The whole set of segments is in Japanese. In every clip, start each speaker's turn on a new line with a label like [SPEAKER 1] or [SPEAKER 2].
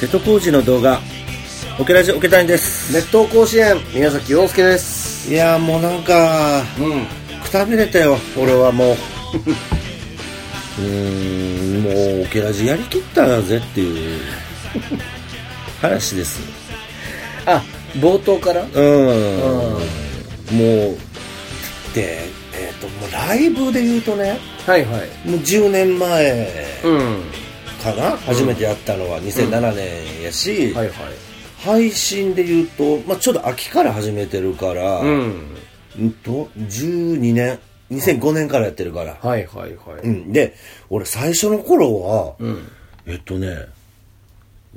[SPEAKER 1] 瀬戸康史の動画オケラジオケタニです
[SPEAKER 2] 熱湯甲子園宮崎陽介です
[SPEAKER 1] いやーもうなんか
[SPEAKER 2] うん
[SPEAKER 1] くたびれたよ俺はもう うーんもうオケラジやりきったぜっていう話です
[SPEAKER 2] あ冒頭からうん
[SPEAKER 1] うんもうでえっ、ともうライブで言うとね
[SPEAKER 2] はいはい
[SPEAKER 1] もう10年前
[SPEAKER 2] うん
[SPEAKER 1] かな、初めてやったのは2007年やし、
[SPEAKER 2] はいはい
[SPEAKER 1] 配信で言うと、まあ、ちょうど秋から始めてるから、
[SPEAKER 2] うん
[SPEAKER 1] うんと、12年、2005年からやってるから。
[SPEAKER 2] はいはいは
[SPEAKER 1] う
[SPEAKER 2] い
[SPEAKER 1] ん。で、俺最初の頃は、
[SPEAKER 2] うん
[SPEAKER 1] えっとね、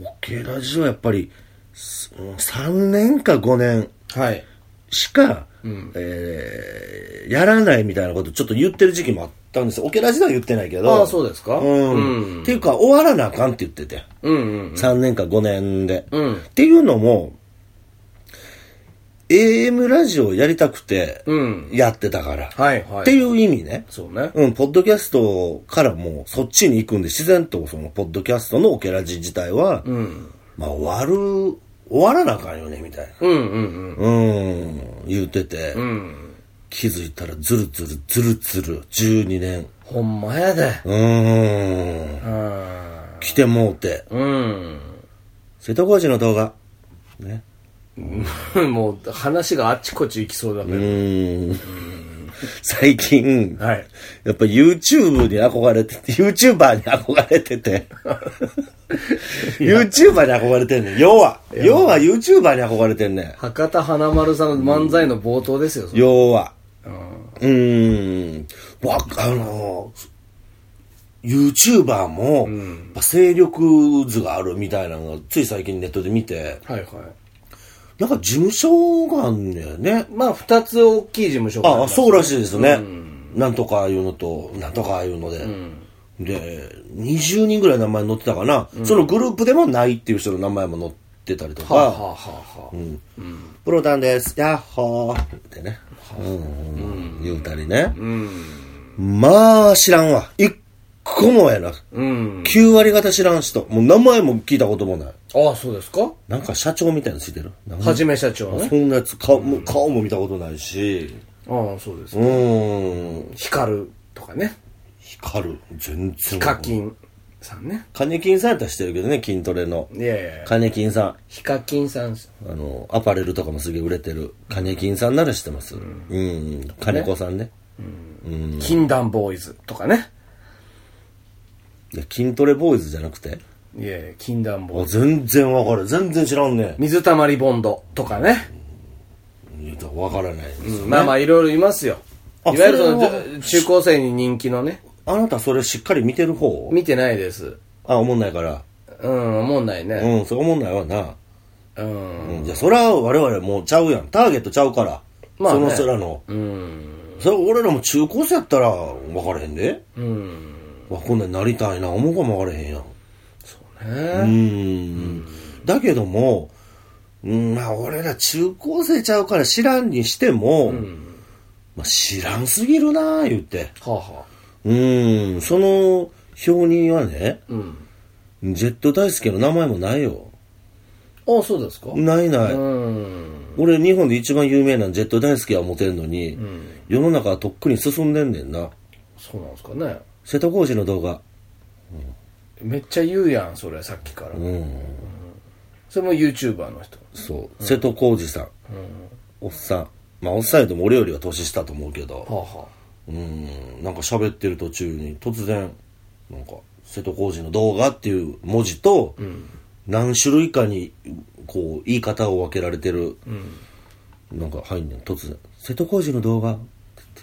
[SPEAKER 1] オケラジオやっぱり、す3年か5年
[SPEAKER 2] はい
[SPEAKER 1] しか、えーやらないみたいなことちょっと言ってる時期もあったんですよ。オケラジでは言ってないけど。
[SPEAKER 2] ああそうですか
[SPEAKER 1] うん。
[SPEAKER 2] うん
[SPEAKER 1] っていうか、終わらなあかんって言ってて。
[SPEAKER 2] うんうん
[SPEAKER 1] 3年か5年で。
[SPEAKER 2] うん
[SPEAKER 1] っていうのも、AM ラジオやりたくて、
[SPEAKER 2] うん
[SPEAKER 1] やってたから、
[SPEAKER 2] はいはい
[SPEAKER 1] っていう意味ね。
[SPEAKER 2] そうね
[SPEAKER 1] うん、ポッドキャストからもうそっちに行くんで、自然とその、ポッドキャストのオケラジ自体は、
[SPEAKER 2] うん
[SPEAKER 1] まあ終わる、終わらなあかんよね、みたいな。
[SPEAKER 2] うんうん
[SPEAKER 1] うん、言ってて、
[SPEAKER 2] うんうん
[SPEAKER 1] 気づいたらずるずるずるずる、12年。
[SPEAKER 2] ほんまやで
[SPEAKER 1] うーん、
[SPEAKER 2] あ
[SPEAKER 1] 来てもうて。
[SPEAKER 2] ーうん
[SPEAKER 1] 瀬戸康史の動画。ね。
[SPEAKER 2] もう話があっちこっち行きそうだけど、
[SPEAKER 1] うーん。最近、
[SPEAKER 2] はい
[SPEAKER 1] やっぱ YouTube に憧れてて、YouTuber に憧れてて。YouTuber に憧れてんねん。要は。要は YouTuber に憧れてんねん。
[SPEAKER 2] 博多華丸さんの漫才の冒頭ですよ、それ
[SPEAKER 1] 要は。
[SPEAKER 2] うん
[SPEAKER 1] うーん。わ、あのー、YouTuber も、やっぱ勢力図があるみたいなのが、つい最近ネットで見て、
[SPEAKER 2] はいはい
[SPEAKER 1] なんか事務所があんねんね。
[SPEAKER 2] まあ、二つ大きい事務所がり
[SPEAKER 1] あ
[SPEAKER 2] ま
[SPEAKER 1] あ、
[SPEAKER 2] す
[SPEAKER 1] そうらしいですね。なんとかいうのと、なんとかいうので。で、20人ぐらい名前載ってたかな、そのグループでもないっていう人の名前も載ってたりとか、
[SPEAKER 2] はあ、はあはあはあ
[SPEAKER 1] プロダンです、ヤッホーってね、うんうん言うたりね。まあ、知らんわ。一個もやな。
[SPEAKER 2] うん。
[SPEAKER 1] 9割方知らん人。もう名前も聞いたこともない。
[SPEAKER 2] ああ、そうですか
[SPEAKER 1] なんか社長みたいなのついてるなんか
[SPEAKER 2] はじめ社長ね。
[SPEAKER 1] そんなやつ顔も、顔も見たことないし。
[SPEAKER 2] ああ、そうです。
[SPEAKER 1] うーん。
[SPEAKER 2] 光るとかね。
[SPEAKER 1] 光る全然
[SPEAKER 2] ヒカキンさんね。
[SPEAKER 1] 金金さんやったらしてるけどね筋トレの
[SPEAKER 2] いやいやいや
[SPEAKER 1] 金金さ
[SPEAKER 2] ヒカキンさんっす。
[SPEAKER 1] んあのアパレルとかもすげえ売れてる金金さんなら知ってますうん、金子さんね
[SPEAKER 2] 禁断ボーイズとかね。
[SPEAKER 1] いや筋トレボーイズじゃなくて
[SPEAKER 2] いやいや、禁断ボー
[SPEAKER 1] あ
[SPEAKER 2] イズ。
[SPEAKER 1] 全然わかる全然知らんね
[SPEAKER 2] 水溜りボンドとかね。
[SPEAKER 1] いやわからないです、
[SPEAKER 2] まあまあ、いろいろいますよ。
[SPEAKER 1] あ
[SPEAKER 2] いわゆるそ
[SPEAKER 1] それは
[SPEAKER 2] の、中高生に人気のね。
[SPEAKER 1] あなたそれしっかり見てる方
[SPEAKER 2] 見てないです。
[SPEAKER 1] あ思んないから
[SPEAKER 2] うん、思んないね。
[SPEAKER 1] うんそう思んないわな、
[SPEAKER 2] うん。
[SPEAKER 1] うん、いやそれは我々もうちゃうやんターゲットちゃうから、
[SPEAKER 2] まあね
[SPEAKER 1] その人らの、
[SPEAKER 2] うん。
[SPEAKER 1] それ俺らも中高生やったら分からへんで
[SPEAKER 2] うん。
[SPEAKER 1] わこんなんなりたいな思うかも分からへんやん
[SPEAKER 2] ね
[SPEAKER 1] うんだけども、うん、まあ俺ら中高生ちゃうから知らんにしても、まあ、知らんすぎるなあ言って。
[SPEAKER 2] はあはあ。
[SPEAKER 1] うん、その表人はね、
[SPEAKER 2] うん。
[SPEAKER 1] ジェット大輔の名前もないよ。
[SPEAKER 2] ああ、そうですか
[SPEAKER 1] ないない。
[SPEAKER 2] うん。
[SPEAKER 1] 俺日本で一番有名なジェット大輔はモテんのに、世の中はとっくに進んでんねんな。
[SPEAKER 2] そうなんですかね。
[SPEAKER 1] 瀬戸康史の動画。
[SPEAKER 2] めっちゃ言うやん、それ、さっきから。
[SPEAKER 1] うん、
[SPEAKER 2] それも YouTuber の人。
[SPEAKER 1] そう。瀬戸康史さん。おっさん。まあおっさんやとも俺よりは年下と思うけど。
[SPEAKER 2] はあは
[SPEAKER 1] うーんなんか喋ってる途中に突然なんか瀬戸康史の動画っていう文字と、何種類かにこう言い方を分けられてる、なんか入んねん突然「瀬戸康史の動画」
[SPEAKER 2] あ。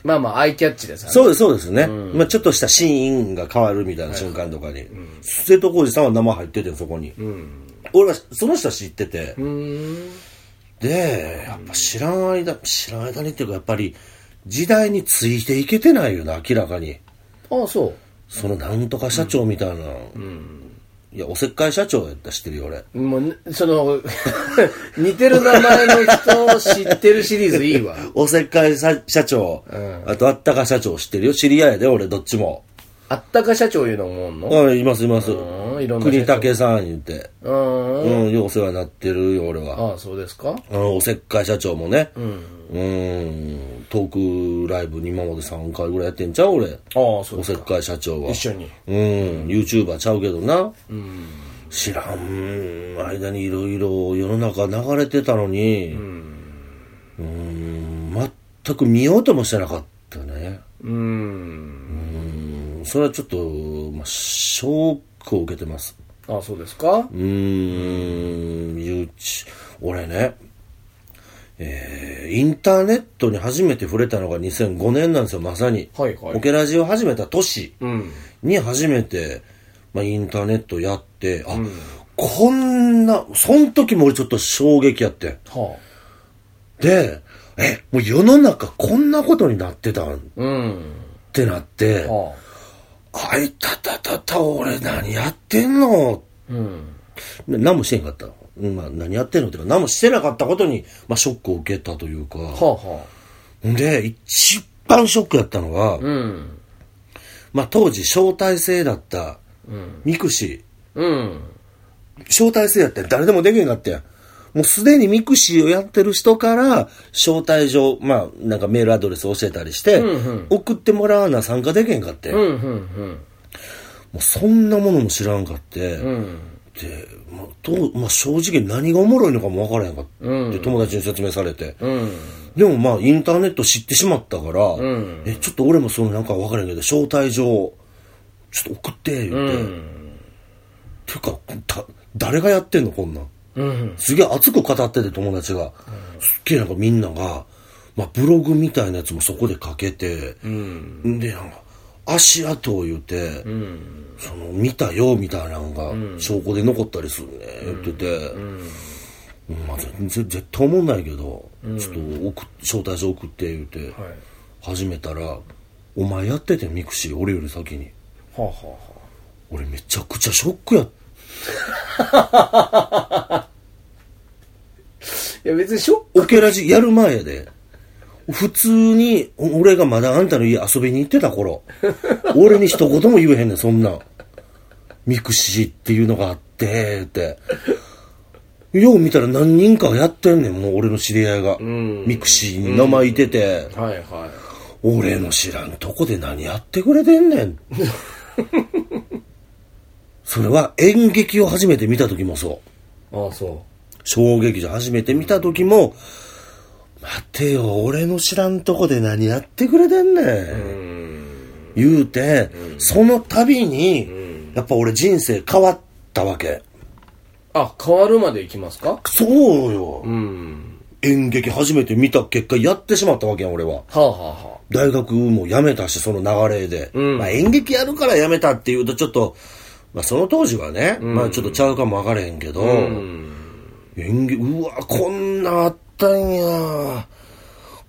[SPEAKER 2] まあまあ、アイキャッチですからね。
[SPEAKER 1] そうですそうですね、まあ、ちょっとしたシーンが変わるみたいな瞬間とかに、瀬戸康史さんは生入っててそこに、俺はその人は知ってて、
[SPEAKER 2] うーん。
[SPEAKER 1] でやっぱ知らん間知らん間にっていうかやっぱり時代についていけてないよな明らかに。
[SPEAKER 2] ああ、そう。
[SPEAKER 1] そのなんとか社長みたいな、いやおせっかい社長やったら知ってるよ俺
[SPEAKER 2] もうね、その、 似てる名前の人を知ってるシリーズい いわ。
[SPEAKER 1] おせっかいさ社長、あとあったか社長知ってるよ知り合いやで俺どっちも、
[SPEAKER 2] あったか社長いうのもおんの
[SPEAKER 1] あいますいます
[SPEAKER 2] のいろんな
[SPEAKER 1] 国武さん言って、
[SPEAKER 2] うん
[SPEAKER 1] うん、ようお世話になってるよ、俺は。
[SPEAKER 2] ああそうですか
[SPEAKER 1] うん、おせっかい社長もね、うん、トークライブに今まで3回ぐらいやってんちゃう俺。
[SPEAKER 2] ああそう
[SPEAKER 1] おせ
[SPEAKER 2] です
[SPEAKER 1] っ
[SPEAKER 2] か
[SPEAKER 1] かい社長は。
[SPEAKER 2] 一緒に
[SPEAKER 1] うん、YouTuber ちゃうけどな。知らん間にいろいろ世の中流れてたのに、うん、全く見ようともしてなかったね。
[SPEAKER 2] うん
[SPEAKER 1] うんそれはちょっと、まあ、ショックを受けてます。
[SPEAKER 2] ああそうですか
[SPEAKER 1] うーん、ゆうち、俺ね、えー、インターネットに初めて触れたのが2005年なんですよ、まさに。
[SPEAKER 2] はいはい
[SPEAKER 1] オケラジを始めた年
[SPEAKER 2] うん
[SPEAKER 1] に初めて、まあ、インターネットやって、あ、こんな、そん時も俺ちょっと衝撃やって。
[SPEAKER 2] は
[SPEAKER 1] で、え、もう世の中こんなことになってたんっ
[SPEAKER 2] あうん
[SPEAKER 1] てなって、
[SPEAKER 2] は
[SPEAKER 1] あいたたたた、俺何やってんの
[SPEAKER 2] あうん
[SPEAKER 1] な何もしてへんかった。うんまあ、何やってんのっていうか、何もしてなかったことに、まあ、ショックを受けたというか。
[SPEAKER 2] はあは
[SPEAKER 1] で、一番ショックやったのは、
[SPEAKER 2] あうん
[SPEAKER 1] まあ、当時、招待制だった、ミクシ
[SPEAKER 2] うん
[SPEAKER 1] ー。招待制やったら誰でもできへんかったやん。もうすでにミクシーをやってる人から、招待状、まあ、なんかメールアドレス教えたりして、送ってもらわな参加できへんかって、
[SPEAKER 2] う
[SPEAKER 1] も
[SPEAKER 2] んうん
[SPEAKER 1] うそんなものも知らんかって、
[SPEAKER 2] うんうん
[SPEAKER 1] で、まあどうまあ、正直何がおもろいのかもわからへんかって、
[SPEAKER 2] うん
[SPEAKER 1] 友達に説明されて。
[SPEAKER 2] うん
[SPEAKER 1] でもまあインターネット知ってしまったから、
[SPEAKER 2] ん
[SPEAKER 1] えちょっと俺もそのなんか分からんけど招待状ちょっと送って言って、
[SPEAKER 2] うん
[SPEAKER 1] ていうかた誰がやってんのこんなん
[SPEAKER 2] うん
[SPEAKER 1] すげえ熱く語ってて友達が、すっげえなんかみんなが、まあ、ブログみたいなやつもそこでかけて、
[SPEAKER 2] うん
[SPEAKER 1] でなんか足跡を言うて、
[SPEAKER 2] うん
[SPEAKER 1] その見たよみたいなのが証拠で残ったりするね、言ってて、まあ、ぜぜ絶対思んないけど、ちょっと送っ招待状送って言うて、
[SPEAKER 2] はいは
[SPEAKER 1] 始めたら「お前やっててミクシー俺より先に
[SPEAKER 2] あはあはあ
[SPEAKER 1] 俺めちゃくちゃショックや
[SPEAKER 2] いや別にショッ
[SPEAKER 1] オケラジやる前やで普通にお俺がまだあんたの家遊びに行ってた頃俺に一言も言えへんねんそんなんミクシーっていうのがあってってよう見たら何人かやってんねんもう俺の知り合いが、
[SPEAKER 2] ん
[SPEAKER 1] ミクシーに名前いてて、
[SPEAKER 2] クはいはい
[SPEAKER 1] 俺の知らんとこで何やってくれてんねん。それは演劇を初めて見た時もそう。
[SPEAKER 2] ああそ
[SPEAKER 1] 小劇場初めて見た時も、待てよ、俺の知らんとこで何やってくれてんね。
[SPEAKER 2] うんん
[SPEAKER 1] 言うて、その度に、やっぱ俺人生変わったわけ。
[SPEAKER 2] あ変わるまでいきますか
[SPEAKER 1] そうよ。
[SPEAKER 2] うん
[SPEAKER 1] 演劇初めて見た結果やってしまったわけやん、俺は。
[SPEAKER 2] はあはあはあ
[SPEAKER 1] 大学も辞めたし、その流れで。
[SPEAKER 2] ん
[SPEAKER 1] まあ演劇やるから辞めたっていうとちょっと、まあその当時はね、まあちょっとちゃうかもわからへんけど、演劇、うわ、こんなあったんや。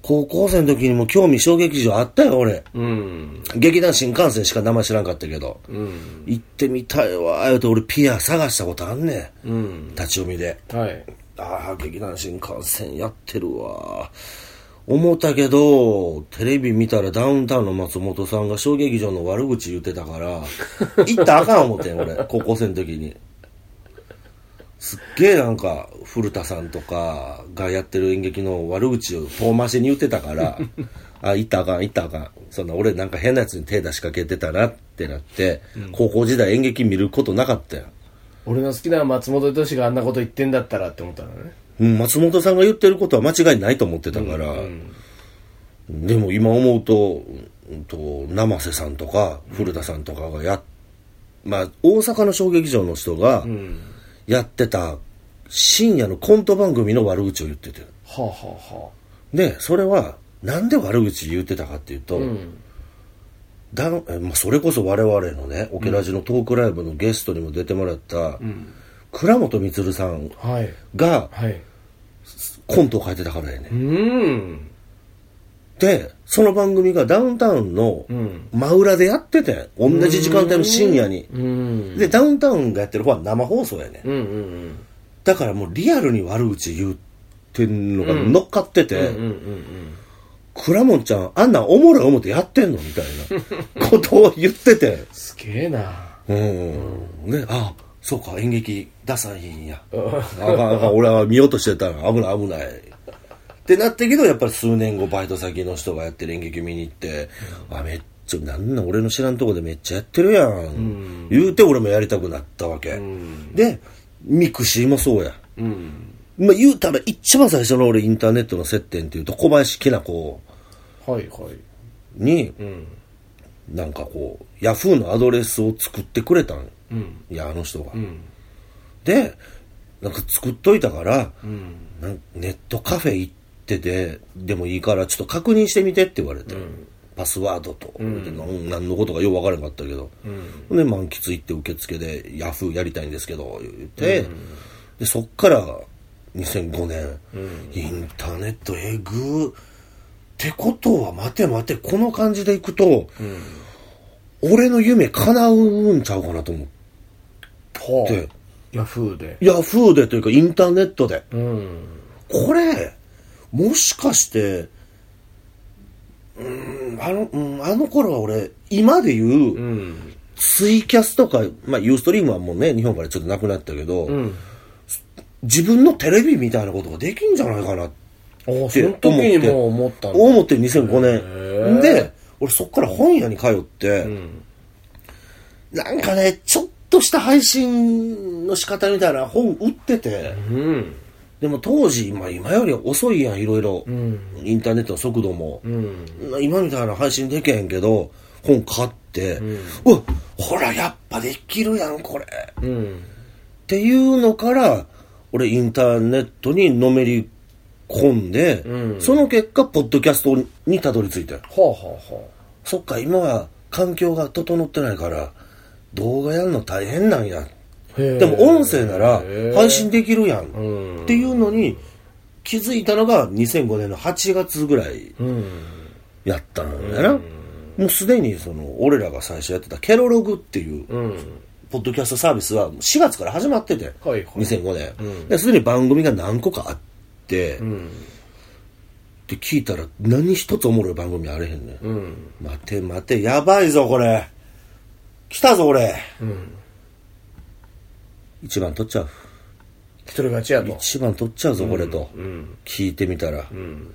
[SPEAKER 1] 高校生の時にも興味小劇場あったよ、俺。
[SPEAKER 2] うん
[SPEAKER 1] 劇団新幹線しか名前知らんかったけど。
[SPEAKER 2] うん
[SPEAKER 1] 行ってみたいわ、言うて俺ピア探したことあんねん。
[SPEAKER 2] うん
[SPEAKER 1] 立ち読みで。
[SPEAKER 2] はい
[SPEAKER 1] ああ、劇団新幹線やってるわ。思ったけど、テレビ見たらダウンタウンの松本さんが小劇場の悪口言ってたから、行ったらあかん思ってん、俺、高校生の時に。すっげえなんか、古田さんとかがやってる演劇の悪口を遠回しに言ってたから、あ、行ったらあかん、行ったらあかん。そんな俺なんか変なやつに手出しかけてたなってなって、高校時代演劇見ることなかったよ。
[SPEAKER 2] 俺の好きな松本人志があんなこと言ってんだったらって思ったのね
[SPEAKER 1] うん松本さんが言ってることは間違いないと思ってたから、でも今思うと,、うん、と生瀬さんとか古田さんとかがやっ、まあ、大阪の小劇場の人がやってた深夜のコント番組の悪口を言ってて
[SPEAKER 2] はあはあは
[SPEAKER 1] でそれはなんで悪口言ってたかっていうと、
[SPEAKER 2] あうん
[SPEAKER 1] だんえまあ、それこそ我々のねオケラジのトークライブのゲストにも出てもらった、倉本充さん
[SPEAKER 2] はい
[SPEAKER 1] が
[SPEAKER 2] はい
[SPEAKER 1] コントを書いてたからやね、
[SPEAKER 2] うん
[SPEAKER 1] で、その番組がダウンタウンの
[SPEAKER 2] ん
[SPEAKER 1] 真裏でやってて、同じ時間帯の深夜に。
[SPEAKER 2] うん
[SPEAKER 1] で、ダウンタウンがやってる方は生放送やね
[SPEAKER 2] うんうん
[SPEAKER 1] だからもうリアルに悪口言ってんのが乗っかってて、
[SPEAKER 2] うんうんうん
[SPEAKER 1] クラモンちゃ んあんなんおもろい思ってやってんのみたいなことを言ってて、
[SPEAKER 2] すげえな
[SPEAKER 1] うん、ねあそうか演劇出さへんやあかんあかん俺は見ようとしてたら危ない危ないってなってけどやっぱり数年後バイト先の人がやってる演劇見に行って、あめっちゃなんなん俺の知らんとこでめっちゃやってるやん、言うて俺もやりたくなったわけ、でミクシーもそうや、まあ、言うたら一番最初の俺インターネットの接点っていうと小林きな子
[SPEAKER 2] はいはい。
[SPEAKER 1] に、なんかこうヤフーのアドレスを作ってくれたん、いやあの人が、でなんか作っといたから、なんネットカフェ行っててでもいいからちょっと確認してみてって言われて、パスワードと、でなん、何のことかよう分からなかったけど、で満喫行って受付でヤフーやりたいんですけど言って、でそっから2005年、インターネットえぐーってことは待て待てこの感じでいくと、俺の夢叶うんちゃうかなと思う
[SPEAKER 2] は
[SPEAKER 1] で
[SPEAKER 2] あ。ヤフーで。
[SPEAKER 1] ヤフーでというかインターネットで、
[SPEAKER 2] うん。
[SPEAKER 1] これもしかしてうーんあの,、うん、あの頃は俺今で言う、
[SPEAKER 2] うん。
[SPEAKER 1] ツイキャスとか、まあ、ユーストリームはもうね日本からちょっとなくなったけど、
[SPEAKER 2] ん
[SPEAKER 1] 自分のテレビみたいなことができんじゃないかなって
[SPEAKER 2] ああ、その時にもう思ったんだ。
[SPEAKER 1] 思って2005年で俺そっから本屋に通って、なんかねちょっとした配信の仕方みたいな本売ってて、
[SPEAKER 2] うん。
[SPEAKER 1] でも当時、まあ、今より遅いやんいろいろ、
[SPEAKER 2] ん
[SPEAKER 1] インターネットの速度も、
[SPEAKER 2] うん。
[SPEAKER 1] 今みたいな配信できへんけど本買って、うわほらやっぱできるやんこれっ
[SPEAKER 2] うん。
[SPEAKER 1] ていうのから俺インターネットにのめり込んで、
[SPEAKER 2] うん
[SPEAKER 1] その結果ポッドキャストにたどり着いたよ
[SPEAKER 2] はあはあは
[SPEAKER 1] そっか今は環境が整ってないから動画やるの大変なんや
[SPEAKER 2] あ。へえ
[SPEAKER 1] でも音声なら配信できるやん
[SPEAKER 2] うん
[SPEAKER 1] っていうのに気づいたのが2005年の8月ぐらい
[SPEAKER 2] うん。
[SPEAKER 1] やったんやなもうすでにその俺らが最初やってたケロログっていう
[SPEAKER 2] うん。
[SPEAKER 1] ポッドキャストサービスは4月から始まってて
[SPEAKER 2] はいはい
[SPEAKER 1] 2005年ですでに番組が何個かあって
[SPEAKER 2] うん。
[SPEAKER 1] って聞いたら何一つおもろい番組あれへんねん
[SPEAKER 2] うん。
[SPEAKER 1] 待て待てやばいぞこれ来たぞ俺
[SPEAKER 2] うん。
[SPEAKER 1] 一番取っちゃう
[SPEAKER 2] 一人勝ちやと。
[SPEAKER 1] 一番取っちゃうぞこれと
[SPEAKER 2] うん。
[SPEAKER 1] 聞いてみたら
[SPEAKER 2] うん。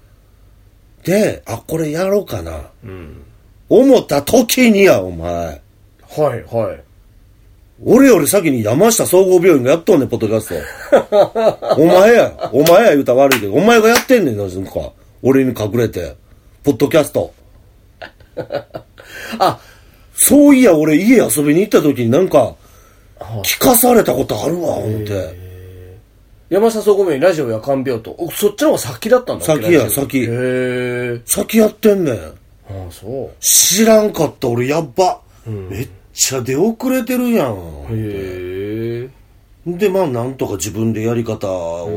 [SPEAKER 1] であこれやろうかな
[SPEAKER 2] うん。
[SPEAKER 1] 思った時にやお前
[SPEAKER 2] はいはい。
[SPEAKER 1] 俺より先に山下総合病院がやっとんねん、ポッドキャス ト。お前や、お前や言うたら悪いけど、お前がやってんねん、なんか。俺に隠れて。ポッドキャスト。
[SPEAKER 2] あ、
[SPEAKER 1] そういや、俺家遊びに行った時になんか、
[SPEAKER 2] は
[SPEAKER 1] 聞かされたことあるわ、思って。
[SPEAKER 2] 山下総合病院ラジオや看病と。おそっちの方が先だったんだ
[SPEAKER 1] 先や先
[SPEAKER 2] へえ。
[SPEAKER 1] 先やってんねん。
[SPEAKER 2] ああ、そう。
[SPEAKER 1] 知らんかった、俺やっば。めっちゃ出遅れてるやん。
[SPEAKER 2] へえ。
[SPEAKER 1] で、まあ、なんとか自分でやり方を、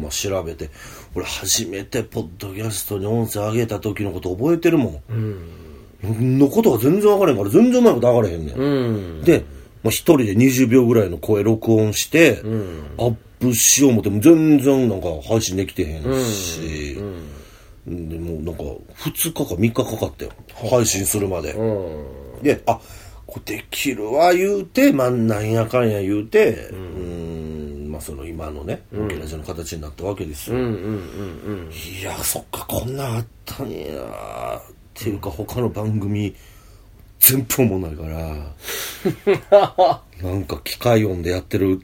[SPEAKER 1] まあ、調べて、俺初めてポッドキャストに音声上げた時のこと覚えてるもん。のことが全然分からへんから全然うまいこと上がれへんねん、
[SPEAKER 2] うん。
[SPEAKER 1] で、まあ、一人で20秒ぐらいの声録音して、アップしよう思っても全然なんか配信できてへんし、でもうなんか2日か3日かかったよ配信するまで、
[SPEAKER 2] うん。
[SPEAKER 1] であこれできるわ言うて、まあ、なんやかんや言うてうーんまあその今のねオケラジオの形になったわけですよ、
[SPEAKER 2] うんうんうん
[SPEAKER 1] いやそっかこんなんあったんやっていうか他の番組全部思わないから なんか機械音でやってる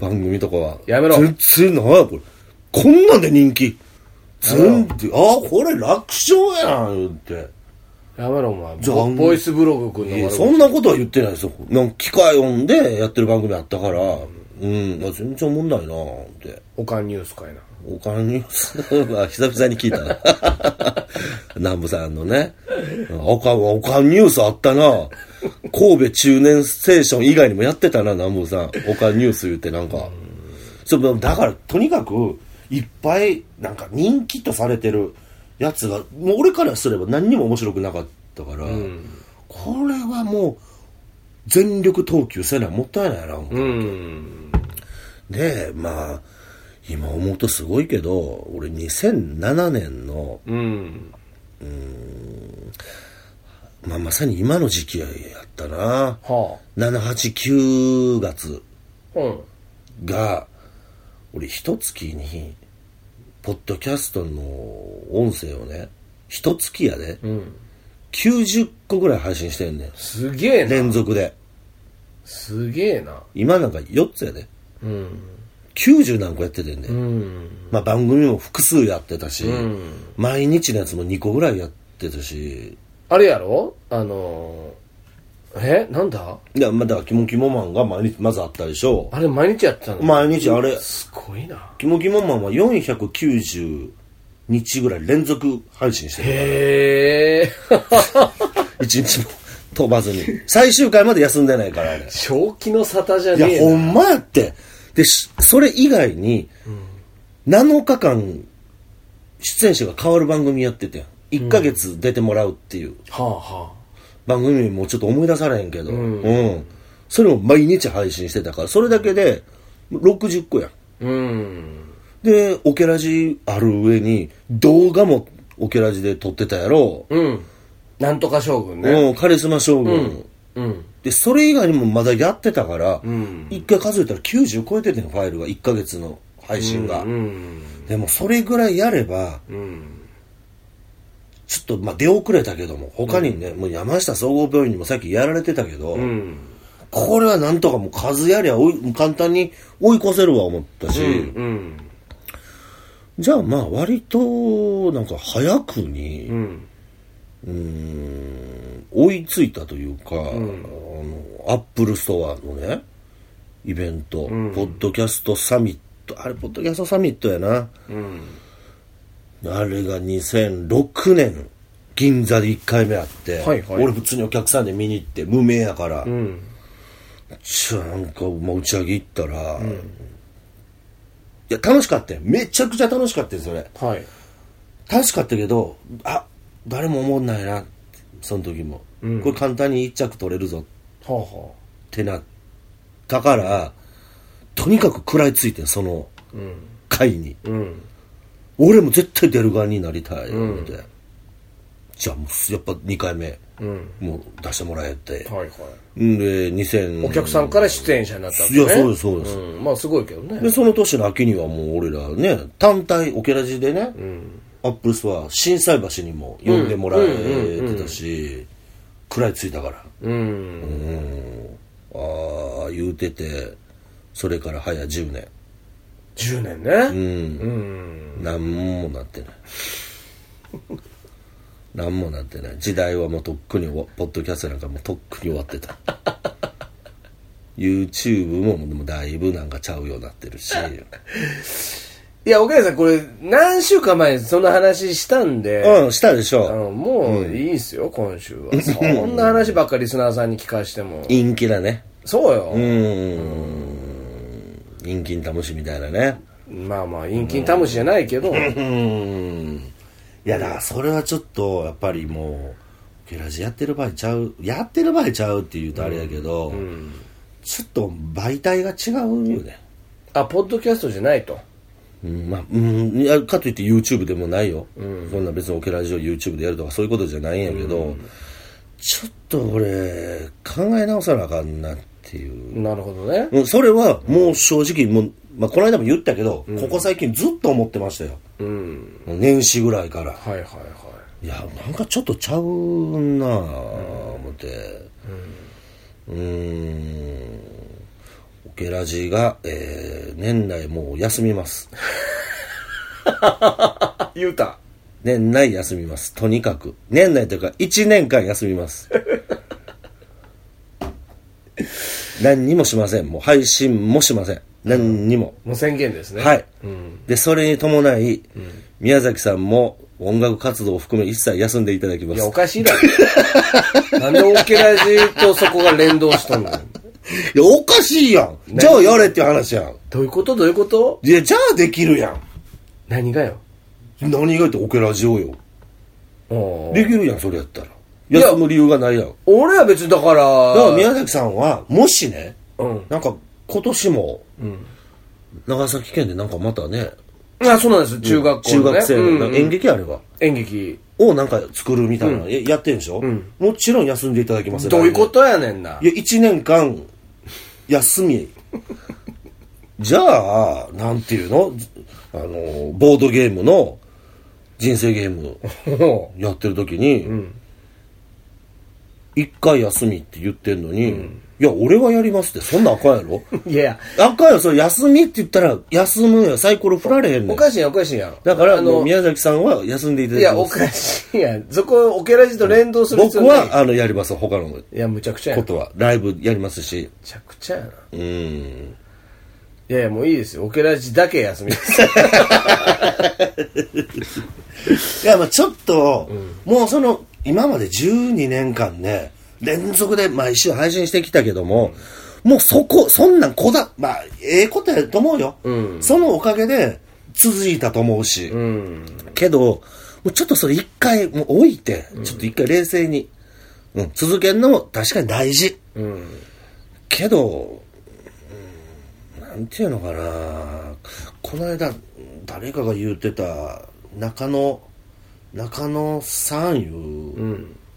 [SPEAKER 1] 番組とかは
[SPEAKER 2] やめろ
[SPEAKER 1] 全然なんやこれこんなんで人気全部あこれ楽勝やん言って
[SPEAKER 2] うん。やめろ、お前。
[SPEAKER 1] じゃあ
[SPEAKER 2] ボボイスブログ君の
[SPEAKER 1] いや
[SPEAKER 2] 悪口
[SPEAKER 1] そんなことは言ってないですよなんか機械音でやってる番組あったからうん、まあ、全然おもんないなって
[SPEAKER 2] おかんニュースかいな。
[SPEAKER 1] お金ニュースは 久々に聞いた。 南部さんのね。おかん、おかんニュースあったな。神戸中年ステーション以外にもやってたな、南部さん。おかんニュース言ってなんか。そう、だから、とにかく、いっぱい、なんか人気とされてるやつが、もう俺からすれば何にも面白くなかったから、これはもう、全力投球せな、もったいないな、思って
[SPEAKER 2] うん。
[SPEAKER 1] でまあ今思うとすごいけど俺2007年の、
[SPEAKER 2] うん。
[SPEAKER 1] まあ、まさに今の時期やっったな。
[SPEAKER 2] は
[SPEAKER 1] 7、8、9月
[SPEAKER 2] あ。うん。
[SPEAKER 1] が、俺一月に、ポッドキャストの音声をね、一月やで、
[SPEAKER 2] うん。
[SPEAKER 1] 90個ぐらい配信してんねん。
[SPEAKER 2] すげえな。
[SPEAKER 1] 連続で。
[SPEAKER 2] すげえな。
[SPEAKER 1] 今なんか4つやで。
[SPEAKER 2] うん。
[SPEAKER 1] 90何個やっててんね、
[SPEAKER 2] うん。
[SPEAKER 1] まあ番組も複数やってたし、
[SPEAKER 2] ん
[SPEAKER 1] 毎日のやつも2個ぐらいやってたし、
[SPEAKER 2] あれやろあのー、えなんだ
[SPEAKER 1] いや、まあだからキモキモマンが毎日まずあったでしょ。
[SPEAKER 2] あれ毎日やってたの
[SPEAKER 1] 毎日あれ、
[SPEAKER 2] すごいな。
[SPEAKER 1] キモキモマンは490日ぐらい連続配信してる。
[SPEAKER 2] へ え。
[SPEAKER 1] 1日も飛ばずに。最終回まで休んでないから、あれ。
[SPEAKER 2] 正気の沙汰じゃ
[SPEAKER 1] い
[SPEAKER 2] ね
[SPEAKER 1] や、
[SPEAKER 2] え
[SPEAKER 1] ほ
[SPEAKER 2] な。
[SPEAKER 1] んまやって。で、しそれ以外に、7日間、出演者が変わる番組やっててん。1ヶ月出てもらうっていう
[SPEAKER 2] はあは
[SPEAKER 1] 番組もちょっと思い出されへんけど、うん。それも毎日配信してたから、それだけで60個やん。
[SPEAKER 2] あ。うん。
[SPEAKER 1] で、オケラジある上に、動画もオケラジで撮ってたやろ。
[SPEAKER 2] うん。なんとか将軍ね。
[SPEAKER 1] うん、カリスマ将軍。
[SPEAKER 2] うん。
[SPEAKER 1] で、それ以外にもまだやってたから、
[SPEAKER 2] ん
[SPEAKER 1] 一回数えたら90超えててん、ファイルが。1ヶ月の配信が。
[SPEAKER 2] うん。
[SPEAKER 1] でも、それぐらいやれば、
[SPEAKER 2] うん。
[SPEAKER 1] ちょっと、まあ、出遅れたけども、他にね、もう山下総合病院にもさっきやられてたけど、
[SPEAKER 2] うん。
[SPEAKER 1] これはなんとかもう数やりゃ追い、簡単に追い越せるわ思ったし、
[SPEAKER 2] うん。
[SPEAKER 1] じゃあまあ、割と、なんか早くに、
[SPEAKER 2] うん。
[SPEAKER 1] 追いついたというか、あの、アップルストアのね、イベント、ポッドキャストサミット、あれ、ポッドキャストサミットやな。あれが2006年、銀座で1回目あって、
[SPEAKER 2] はいはい
[SPEAKER 1] 俺普通にお客さんで見に行って、無名やから、
[SPEAKER 2] うん。
[SPEAKER 1] ちょなんか、まあ、打ち上げ行ったら、いや、楽しかったよ。めちゃくちゃ楽しかったよ、それ。
[SPEAKER 2] はい。
[SPEAKER 1] 楽しかったけどあ誰も思んないなその時も、これ簡単に一着取れるぞっ
[SPEAKER 2] はあは
[SPEAKER 1] てなったからとにかく食らいついてんその
[SPEAKER 2] あ。うん。
[SPEAKER 1] 会に
[SPEAKER 2] うん。
[SPEAKER 1] 俺も絶対出る側になりたいので、じゃあもうやっぱ2回目、
[SPEAKER 2] うん。
[SPEAKER 1] もう出してもらえて、
[SPEAKER 2] はいはい。
[SPEAKER 1] んで2000
[SPEAKER 2] お客さんから出演者になったわけね。
[SPEAKER 1] いやそうですそうです
[SPEAKER 2] うん。まあすごいけどね
[SPEAKER 1] で。その年の秋にはもう俺らね単体オケラジでね、
[SPEAKER 2] うん。
[SPEAKER 1] アップルストア心斎橋にも呼んでもらえてたし食らいついたから
[SPEAKER 2] うん。
[SPEAKER 1] ああ言うててそれから早10年
[SPEAKER 2] 10年ね。
[SPEAKER 1] 何もなってない 何もなってない時代はもうとっくに終わポッドキャストなんかもうとっくに終わって た YouTube ももうだいぶなんかちゃうようになってるし
[SPEAKER 2] いや、おかげさん、これ、何週間前にその話したんで、
[SPEAKER 1] うんしたでし
[SPEAKER 2] あ
[SPEAKER 1] ょ
[SPEAKER 2] のもういいっすよ、今週は。そんな話ばっかりリスナーさんに聞かしても。
[SPEAKER 1] 陰気だね
[SPEAKER 2] そうよ。
[SPEAKER 1] うーん陰気に楽しみたいなね
[SPEAKER 2] まあまあ、陰菌たむしじゃないけど、
[SPEAKER 1] うーんいやだからそれはちょっとやっぱりもうゲラジやってる場合ちゃうやってる場合ちゃうって言うとあれやけど、ちょっと媒体が違うよね、
[SPEAKER 2] あ、ポッドキャストじゃないと。
[SPEAKER 1] うんまあうん、いやかといって YouTube でもないよ、そんな別にオケラジオ YouTube でやるとかそういうことじゃないんやけど、ちょっと俺考え直さなあかんなっていう、
[SPEAKER 2] なるほどね。
[SPEAKER 1] うん、それはもう正直もう、まあ、この間も言ったけど、ここ最近ずっと思ってましたよ、
[SPEAKER 2] うん。
[SPEAKER 1] 年始ぐらいから
[SPEAKER 2] はいはいはい。
[SPEAKER 1] いやなんかちょっとちゃうなあ思ってうーんオケラジが、えー年内もう休みます
[SPEAKER 2] あ、言うた。
[SPEAKER 1] 年内休みますとにかく年内というか1年間休みます何にもしませんもう配信もしません何にも、
[SPEAKER 2] もう宣言ですね。
[SPEAKER 1] はい、でそれに伴い、宮崎さんも音楽活動を含め一切休んでいただきま
[SPEAKER 2] い
[SPEAKER 1] す
[SPEAKER 2] や、おかしいだ ろ。なんでオケラジとそこが連動しとんの
[SPEAKER 1] いや、おかしいやん。じゃあやれっていう話やん。
[SPEAKER 2] どういうことどういうこと
[SPEAKER 1] いや、じゃあできるやん。
[SPEAKER 2] 何がよ。
[SPEAKER 1] 何がってオケラジオよ。
[SPEAKER 2] おー
[SPEAKER 1] できるやん、それやったら。
[SPEAKER 2] や
[SPEAKER 1] 休む理由がないやん。
[SPEAKER 2] 俺は別にだから、
[SPEAKER 1] だから宮崎さんは、もしね、
[SPEAKER 2] うん。
[SPEAKER 1] なんか今年も、長崎県でなんかまたね、
[SPEAKER 2] あ、そうなんです。中学校の、
[SPEAKER 1] 中
[SPEAKER 2] ね。
[SPEAKER 1] 学生
[SPEAKER 2] うん
[SPEAKER 1] の、演劇あれは。
[SPEAKER 2] 演劇。
[SPEAKER 1] をなんか作るみたいな、ややってるでしょ、もちろん休んでいただきます
[SPEAKER 2] どういうことやねんな。
[SPEAKER 1] いや、1年間、休み。じゃあ、なんていうのあの、ボードゲームの、人生ゲーム
[SPEAKER 2] も
[SPEAKER 1] やってる時に、一、回休みって言ってんのに、いや、俺はやりますって、そんなんあかんやろ
[SPEAKER 2] ういやいや、
[SPEAKER 1] あかんよ、それ休みって言ったら、休むよ、サイコロ振られへんね
[SPEAKER 2] お
[SPEAKER 1] ん。
[SPEAKER 2] かしいやんおかしいやろ。
[SPEAKER 1] だから、も
[SPEAKER 2] あ
[SPEAKER 1] う
[SPEAKER 2] の、い
[SPEAKER 1] 宮崎さんは休んでいただきます。
[SPEAKER 2] や、おかしいやん。そこ、オケラジと連動する必
[SPEAKER 1] 僕
[SPEAKER 2] 要ない。
[SPEAKER 1] は、あの、やります、他のこ
[SPEAKER 2] いや、むちゃくちゃやん。む
[SPEAKER 1] とは。ライブやりますし。
[SPEAKER 2] ちゃくちゃやな。
[SPEAKER 1] うーん。
[SPEAKER 2] いやいや、もういいですよ。オケラジだ け休みです。
[SPEAKER 1] いや、まあちょっと、もうその、今まで12年間ね、連続で毎週配信してきたけども、もうそこ、そんなんこだ、まあ、ええことやと思うよ。そのおかげで、続いたと思うし。けど、もうちょっとそれ一回、もう置いて、ちょっと一回冷静に、うん、続けるのも確かに大事。
[SPEAKER 2] うん。
[SPEAKER 1] けど、うんなんていうのかなこの間誰かが言ってた中野中野さんいう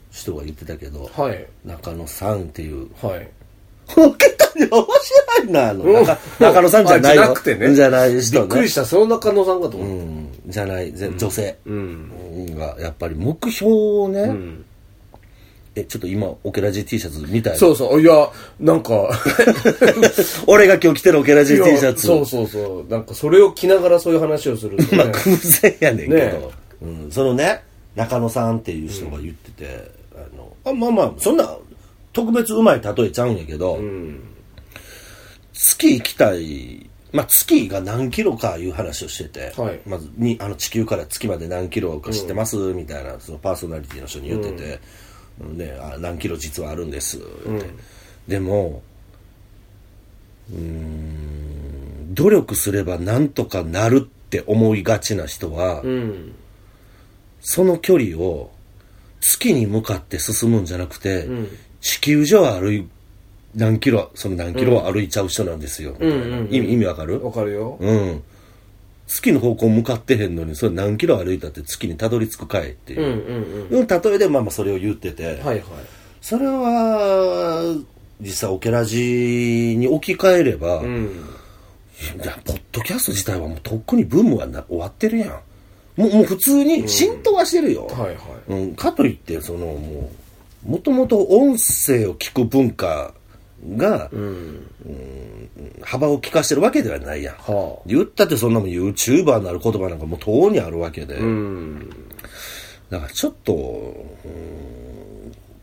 [SPEAKER 1] 人が言ってたけど、
[SPEAKER 2] はい。
[SPEAKER 1] 中野さんって いう
[SPEAKER 2] はい。
[SPEAKER 1] ボケたに面白いなあの
[SPEAKER 2] うん
[SPEAKER 1] 中中野さんじゃないよ
[SPEAKER 2] あじゃなくてね
[SPEAKER 1] じゃない人
[SPEAKER 2] びっくりした、その中野さんかと
[SPEAKER 1] う
[SPEAKER 2] 思っ
[SPEAKER 1] ん、じゃないぜ女性
[SPEAKER 2] た。うん。
[SPEAKER 1] がやっぱり目標をね、
[SPEAKER 2] ん
[SPEAKER 1] えちょっと今オケラジ T シャツみたいな
[SPEAKER 2] そうそう。いや、な んか、
[SPEAKER 1] 俺が今日着てるオケラジ T シャツ
[SPEAKER 2] そう そうそう。なんか、それを着ながらそういう話をすると
[SPEAKER 1] ま
[SPEAKER 2] ね
[SPEAKER 1] あ偶然やねんけど、
[SPEAKER 2] ねえ
[SPEAKER 1] うん、そのね中野さんっていう人が言ってて、あのあまあまあそんな特別うまい例えちゃうんやけど、月行きたい、まあ、月が何キロかいう話をしてて、
[SPEAKER 2] はい
[SPEAKER 1] まずにあの地球から月まで何キロか知ってます、みたいなそのパーソナリティの人に言ってて、ね、あ何キロ実はあるんですって、でもうーん努力すればなんとかなるって思いがちな人は、
[SPEAKER 2] うん。
[SPEAKER 1] その距離を月に向かって進むんじゃなくて、地球上は歩い何キロその何キロは歩いちゃう人なんですよ、みたいな意味意味わかる
[SPEAKER 2] わかるよ。
[SPEAKER 1] うん月の方向向かってへんのにそれ何キロ歩いたって月にたどり着くかいっていうう、
[SPEAKER 2] んうん
[SPEAKER 1] うん例えでまあまあそれを言ってて、
[SPEAKER 2] うん。はいはい。
[SPEAKER 1] それは実際オケラジに置き換えれば、
[SPEAKER 2] うん。
[SPEAKER 1] いや、ポッドキャスト自体はもうとっくにブームはな終わってるやん。もう、もう普通に浸透はしてるよ。
[SPEAKER 2] はいはい。
[SPEAKER 1] うん、かといって、その、もう、もともと音声を聞く文化が、うん幅を利かしてるわけではないやん。
[SPEAKER 2] は
[SPEAKER 1] 言ったってそんなもん YouTuber になる言葉なんかもうとうにあるわけで。
[SPEAKER 2] あ。うん。
[SPEAKER 1] だからちょっと、うん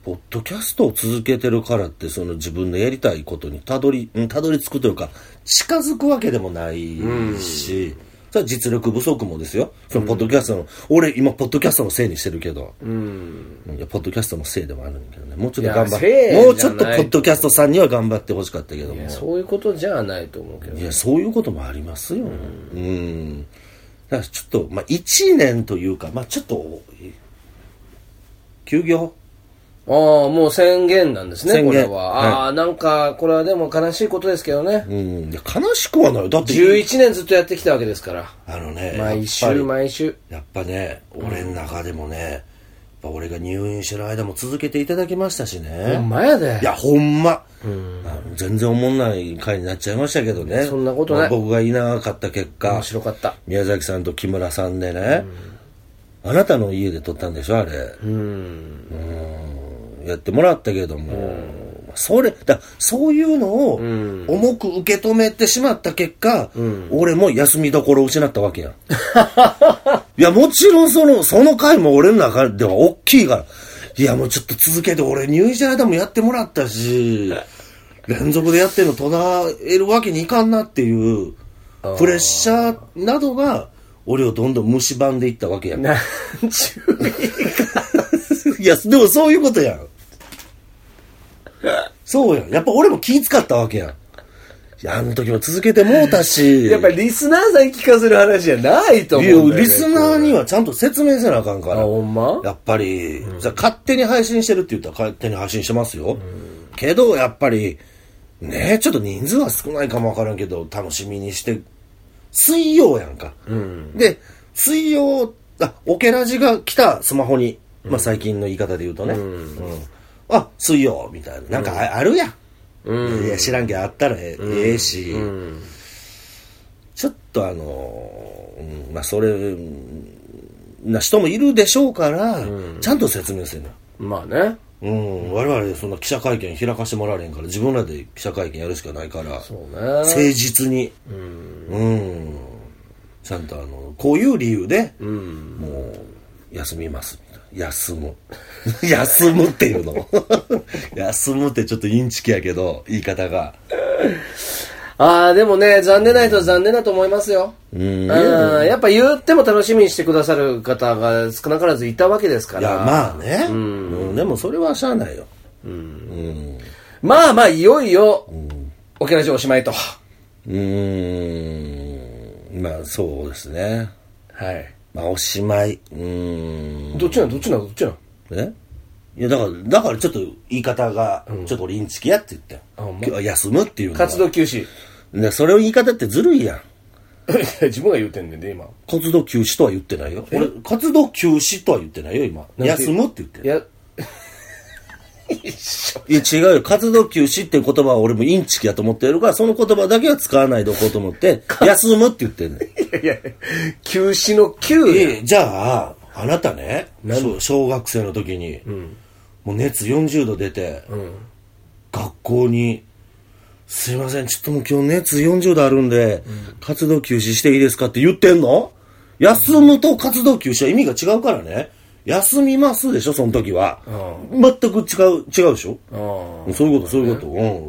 [SPEAKER 1] ポッドキャストを続けてるからって、その自分のやりたいことにたどり、うんたどり着くというか、近づくわけでもないし、それは実力不足もですよ。そのポッドキャストの、俺今ポッドキャストのせいにしてるけど、
[SPEAKER 2] うん。
[SPEAKER 1] いや、ポッドキャストのせいでもあるんだけどね。もうちょっと
[SPEAKER 2] いや
[SPEAKER 1] 頑張っ
[SPEAKER 2] せいじ
[SPEAKER 1] て、
[SPEAKER 2] ゃない
[SPEAKER 1] もうちょっとポッドキャストさんには頑張ってほしかったけども。
[SPEAKER 2] そういうことじゃないと思うけど
[SPEAKER 1] い。や、そういうこともありますよ。うん。だからちょっと、まあ、1年というか、まあ、ちょっと、休業
[SPEAKER 2] ああ、もう宣言なんですね、
[SPEAKER 1] 宣言
[SPEAKER 2] これは。ああ、なんか、これはでも悲しいことですけどね。
[SPEAKER 1] うん。いや、悲しくはない。だって、
[SPEAKER 2] 11年ずっとやってきたわけですから。
[SPEAKER 1] あのね、
[SPEAKER 2] 毎
[SPEAKER 1] やっ
[SPEAKER 2] 週
[SPEAKER 1] ぱ
[SPEAKER 2] 毎週。
[SPEAKER 1] りやっぱね、俺の中でもね、やっぱ俺が入院してる間も続けていただきましたし
[SPEAKER 2] ほん
[SPEAKER 1] ね。
[SPEAKER 2] まやで
[SPEAKER 1] い。や、ほんま。あの全然おもんない回になっちゃいましたけどね。
[SPEAKER 2] そんなことない
[SPEAKER 1] まあ僕がいなかった結果
[SPEAKER 2] 面、白かった。
[SPEAKER 1] 宮崎さんと木村さんでね、あなたの家で撮ったんでしょあれうんやってもらったけども、それだそういうのを重く受け止めてしまった結果、俺も休みどころを失ったわけやん いやもちろんそのその回も俺の中では大きいからいやもうちょっと続けて俺入院してる間もやってもらったし連続でやってるの途絶えるわけにいかんなっていうプレッシャーなどが俺をどんどん蝕んでいったわけやん。い
[SPEAKER 2] なんちゅう
[SPEAKER 1] や、でも そういうことやん。そうやん。やっぱ俺も気使ったわけやん。いや、あの時も続けてもうたし。
[SPEAKER 2] やっぱりリスナーさんに聞かせる話じゃないと思
[SPEAKER 1] いうや
[SPEAKER 2] んだよ、ね。
[SPEAKER 1] リスナーにはちゃんと説明せなあかんから。
[SPEAKER 2] あほんま
[SPEAKER 1] やっぱり、じゃあ勝手に配信してるって言ったら勝手に配信してますよ。けど、やっぱり、ねちょっと人数は少ないかもわからんけど、楽しみにして水曜やんか。で、水曜、あ、オケラジが来たスマホに、まあ最近の言い方で言うとね、うんあ、水曜みたいな。なんかあ,、るやん。いや、知らんけどあったらええ,、ええし、ちょっとあのーうんまあそれ、うんな人もいるでしょうから、ちゃんと説明せな。
[SPEAKER 2] まあね。
[SPEAKER 1] うん、我々そんな記者会見開かしてもらえへんから自分らで記者会見やるしかないから
[SPEAKER 2] そうね。
[SPEAKER 1] 誠実にうん、ちゃんとあのこういう理由で、もう休みますみたいな休む 休むっていうの 休むってちょっとインチキやけど言い方が
[SPEAKER 2] ああ、でもね、残念な人は残念だと思いますよ。うんん。やっぱ言っても楽しみにしてくださる方が少なからずいたわけですか
[SPEAKER 1] いや
[SPEAKER 2] ら。
[SPEAKER 1] まあね、うんでもそれはしゃあないよ
[SPEAKER 2] まあまあ、いよいよ、オケラジオおしまいと。
[SPEAKER 1] うーんまあそうですね
[SPEAKER 2] はい。
[SPEAKER 1] まあおしまいうーん
[SPEAKER 2] どっちなのどっちなのどっちなの
[SPEAKER 1] えいや、だから、だからちょっと言い方が、ちょっと俺インチキやって言ったよ。
[SPEAKER 2] あほんま
[SPEAKER 1] 今日は休むっていうのは
[SPEAKER 2] 活動休止。い
[SPEAKER 1] ねそれを言い方ってずるいやん。
[SPEAKER 2] や自分が言うてんねんで、今。
[SPEAKER 1] 活動休止とは言ってないよ。俺、活動休止とは言ってないよ、今。
[SPEAKER 2] なんて
[SPEAKER 1] 休むって言って
[SPEAKER 2] い
[SPEAKER 1] る。
[SPEAKER 2] や、一緒。
[SPEAKER 1] いや、違うよ。活動休止っていう言葉は俺もインチキやと思ってるから、その言葉だけは使わないでおこうと思 って、休むって言ってんねん。
[SPEAKER 2] いやいや、休止の休や
[SPEAKER 1] え、じゃあ、あなたね、小小学生の時に、もう熱40度出て、学校に、すいません、ちょっともう今日熱40度あるんで、活動休止していいですかって言ってんの休むと活動休止は意味が違うからね。休みますでしょ、その時は。全く違う、違うでしょ。
[SPEAKER 2] あ
[SPEAKER 1] そういうこと、そういうこと。うん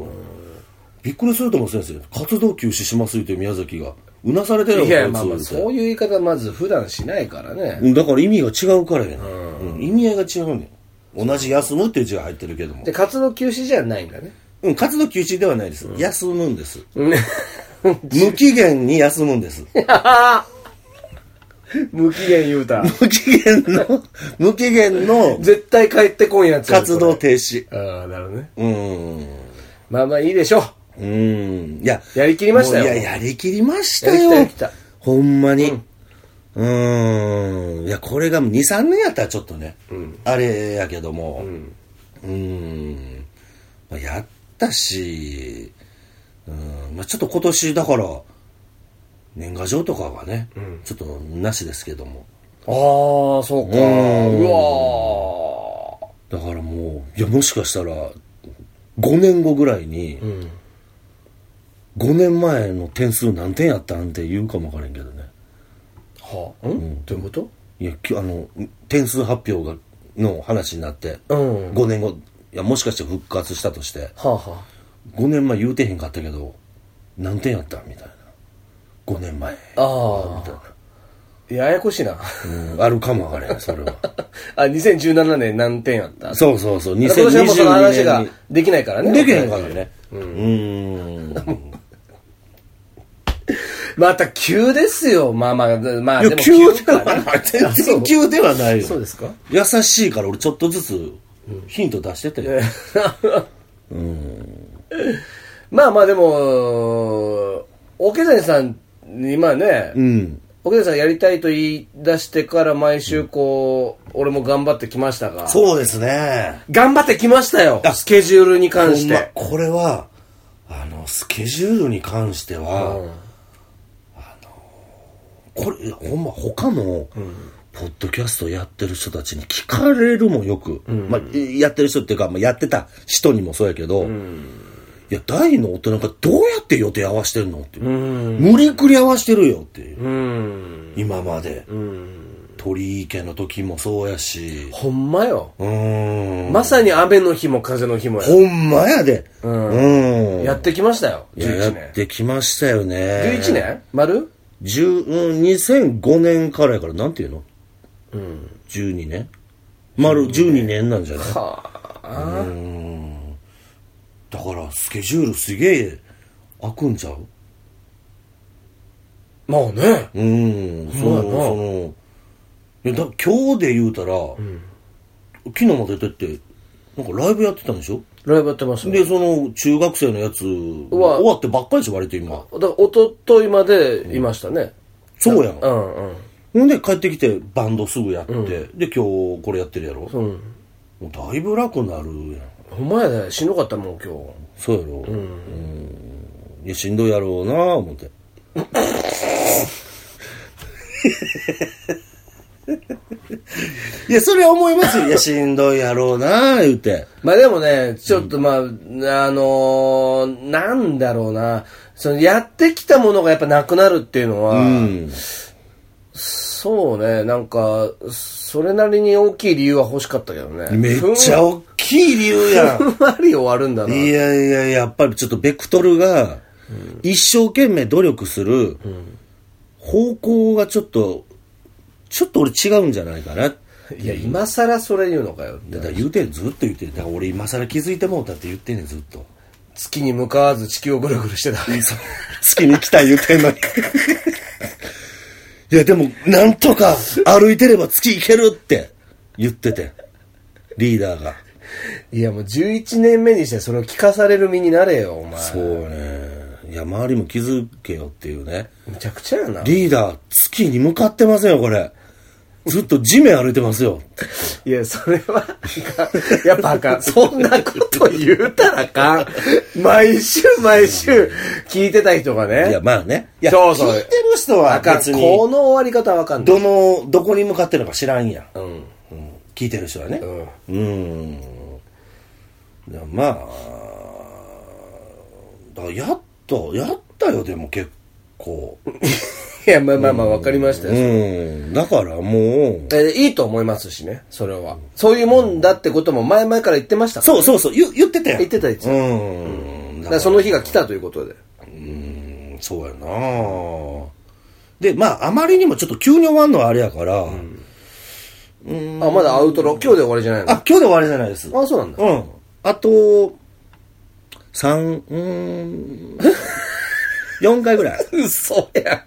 [SPEAKER 1] びっくりすると思う、先生。活動休止しますって宮崎が。うなされて
[SPEAKER 2] あ
[SPEAKER 1] る
[SPEAKER 2] いや、まあまあ、
[SPEAKER 1] こいつ
[SPEAKER 2] そういう言い方まず普段しないからね。
[SPEAKER 1] うんだから意味が違うからやね、うん意味合いが違うねん同じ休むっていう字が入ってるけども
[SPEAKER 2] で、活動休止じゃないんだね。
[SPEAKER 1] うん活動休止ではないです、休むんです無期限に休むんです
[SPEAKER 2] 無期限言うた。
[SPEAKER 1] 無期限の無期限の
[SPEAKER 2] 絶対帰ってこんやつや
[SPEAKER 1] 活動。停止
[SPEAKER 2] これああ、なるほどね。
[SPEAKER 1] うん
[SPEAKER 2] まあまあいいでしょう。
[SPEAKER 1] うんいや
[SPEAKER 2] やりきりましたよ
[SPEAKER 1] もういややりきりましたよ
[SPEAKER 2] やりきったやりき
[SPEAKER 1] ほんまにうんんいやこれが23年やったらちょっとね、あれやけどもうんん、まあ、やったしうん、まあ、ちょっと今年だから年賀状とかはね、ちょっとなしですけども
[SPEAKER 2] ああ、そうか。うわ
[SPEAKER 1] だからもういやもしかしたら5年後ぐらいに、5年前の点数何点やったんって言うかもわからんけどね
[SPEAKER 2] ーはあ、んどういうこと
[SPEAKER 1] いやきあの点数発表がの話になって、
[SPEAKER 2] うん
[SPEAKER 1] 5年後いやもしかして復活したとして
[SPEAKER 2] はあは
[SPEAKER 1] 5年前言うてへんかったけど何点やったみたいな5年前
[SPEAKER 2] あ。あ
[SPEAKER 1] みたい
[SPEAKER 2] あ。ややこしいな。
[SPEAKER 1] な、うん、あるかもわからんそれは
[SPEAKER 2] あ、2017年何点やった
[SPEAKER 1] そうそうそう
[SPEAKER 2] 今年はもうその話
[SPEAKER 1] 2022
[SPEAKER 2] が
[SPEAKER 1] 年
[SPEAKER 2] できないからね。
[SPEAKER 1] にできへんからねうーん
[SPEAKER 2] また急ですよ。まあまあ、まあ、
[SPEAKER 1] いや
[SPEAKER 2] でも
[SPEAKER 1] 急では
[SPEAKER 2] かね
[SPEAKER 1] ない全
[SPEAKER 2] あそう
[SPEAKER 1] 然 急ではないよ
[SPEAKER 2] そうです か
[SPEAKER 1] 優しいから俺ちょっとずつヒント出してたよ、
[SPEAKER 2] まあまあでも、桶谷さんにまあね、
[SPEAKER 1] うん
[SPEAKER 2] 桶谷さんやりたいと言い出してから毎週こう、俺も頑張ってきましたが、
[SPEAKER 1] そうですね
[SPEAKER 2] 頑張ってきましたよ
[SPEAKER 1] あ
[SPEAKER 2] スケジュールに関し
[SPEAKER 1] ほんま
[SPEAKER 2] て。
[SPEAKER 1] これはあのスケジュールに関しては、あのこれほんま他の、ポッドキャストやってる人たちに聞かれるもんよく、まあ、やってる人っていうか、まあ、やってた人にもそうやけど、いや大の大人がどうやって予定合わせてるのっていう、無理くり合わせてるよっていう、
[SPEAKER 2] うん。
[SPEAKER 1] 今まで、鳥居家の時もそうやし
[SPEAKER 2] ほんまよ。
[SPEAKER 1] うーん
[SPEAKER 2] まさに雨の日も風の日もや。
[SPEAKER 1] ほんまやでうん
[SPEAKER 2] やってきましたよ。
[SPEAKER 1] いや
[SPEAKER 2] 11
[SPEAKER 1] やっ
[SPEAKER 2] 年。
[SPEAKER 1] てきましたよね。
[SPEAKER 2] 11年丸
[SPEAKER 1] 10うん、2005年からやから、なんていうのうん。12年丸12年なんじゃない
[SPEAKER 2] はあ。
[SPEAKER 1] だから、スケジュールすげえ、開くんちゃう
[SPEAKER 2] まあね。
[SPEAKER 1] うん。そ
[SPEAKER 2] ま
[SPEAKER 1] の、
[SPEAKER 2] あ
[SPEAKER 1] そ
[SPEAKER 2] まあ
[SPEAKER 1] の、いやだ今日で言うたら、昨日も出てって、なんかライブやってたんでしょ
[SPEAKER 2] ライブやってますね。
[SPEAKER 1] で、その中学生のやつ、終
[SPEAKER 2] わ
[SPEAKER 1] わってばっかりでしょ、割と今。
[SPEAKER 2] だから、おとといまでいましたね。
[SPEAKER 1] そうやん
[SPEAKER 2] う。んうん。
[SPEAKER 1] ほんで帰ってきてバンドすぐやって、で、今日これやってるやろ。
[SPEAKER 2] う
[SPEAKER 1] も
[SPEAKER 2] ん。
[SPEAKER 1] うだいぶ楽になるやん。
[SPEAKER 2] ほんまやね、しんどかったもん、今日。
[SPEAKER 1] そうやろ。うん。いや、しんどいやろうなぁ、思って。いや、それは思いますよ。いや、しんどいやろうなぁ、言うて。
[SPEAKER 2] まあでもね、ちょっとまあ、あのーなんだろうな、そのやってきたものがやっぱなくなるっていうのは、
[SPEAKER 1] うん。
[SPEAKER 2] そうね、なんか、それなりに大きい理由は欲しかったけどね。
[SPEAKER 1] めっちゃ大きい理由やん
[SPEAKER 2] ふ。んわり終わるんだな。
[SPEAKER 1] いやいや、やっぱりちょっとベクトルが、一生懸命努力する方向がちょっと、ちょっと俺違うんじゃないかな。
[SPEAKER 2] いや、今更それ言うのかよって
[SPEAKER 1] だから言うてん、ずっと言ってん。だから俺今更気づいてもうたって言ってんねん、ずっと。
[SPEAKER 2] 月に向かわず地球をぐるぐるしてた。
[SPEAKER 1] 月に来た言うてんのに。いや、でも、なんとか歩いてれば月行けるって言ってて。リーダーが。
[SPEAKER 2] いや、もう11年目にしてそれを聞かされる身になれよ、お前。
[SPEAKER 1] そうね。いや、周りも気づけよっていうね。
[SPEAKER 2] むちゃくちゃやな。
[SPEAKER 1] リーダー、月に向かってませんよ、これ。ずっと地面歩いてます よ。
[SPEAKER 2] いや、それは、なんかやっぱあかん。そんなこと言うたらあかん。毎週毎週聞いてた人が
[SPEAKER 1] いや、
[SPEAKER 2] ね。
[SPEAKER 1] まあね。い
[SPEAKER 2] い
[SPEAKER 1] や、
[SPEAKER 2] そうそう。
[SPEAKER 1] 聞いてる人は
[SPEAKER 2] あかん。
[SPEAKER 1] 別
[SPEAKER 2] こ
[SPEAKER 1] に、
[SPEAKER 2] の終わり方はあかんね。
[SPEAKER 1] どの、どこに向かってるのか知らんやん。
[SPEAKER 2] うん。
[SPEAKER 1] うん聞いてる人はね。
[SPEAKER 2] うん。
[SPEAKER 1] うん。でもまあ、だからやっと、やったよ、でも結構。
[SPEAKER 2] いや、まあまあまあ、わかりました
[SPEAKER 1] う
[SPEAKER 2] よ。
[SPEAKER 1] ん。だからもう、
[SPEAKER 2] えーいいと思いますしね、それは。そういうもんだってことも前々から言ってましたから。
[SPEAKER 1] そうそうそう、言言ってたやん。
[SPEAKER 2] 言ってた言ってた
[SPEAKER 1] うん。
[SPEAKER 2] だからその日が来たということで。
[SPEAKER 1] うんそうやなあで、まあ、あまりにもちょっと急に終わんのはあれやから、
[SPEAKER 2] あ、まだアウトロ、今日で終わりじゃないの
[SPEAKER 1] あ、今日で終わりじゃないです。
[SPEAKER 2] あ、そうなんだ。
[SPEAKER 1] うん。あと、三、うー ん、4回ぐらい。
[SPEAKER 2] 嘘や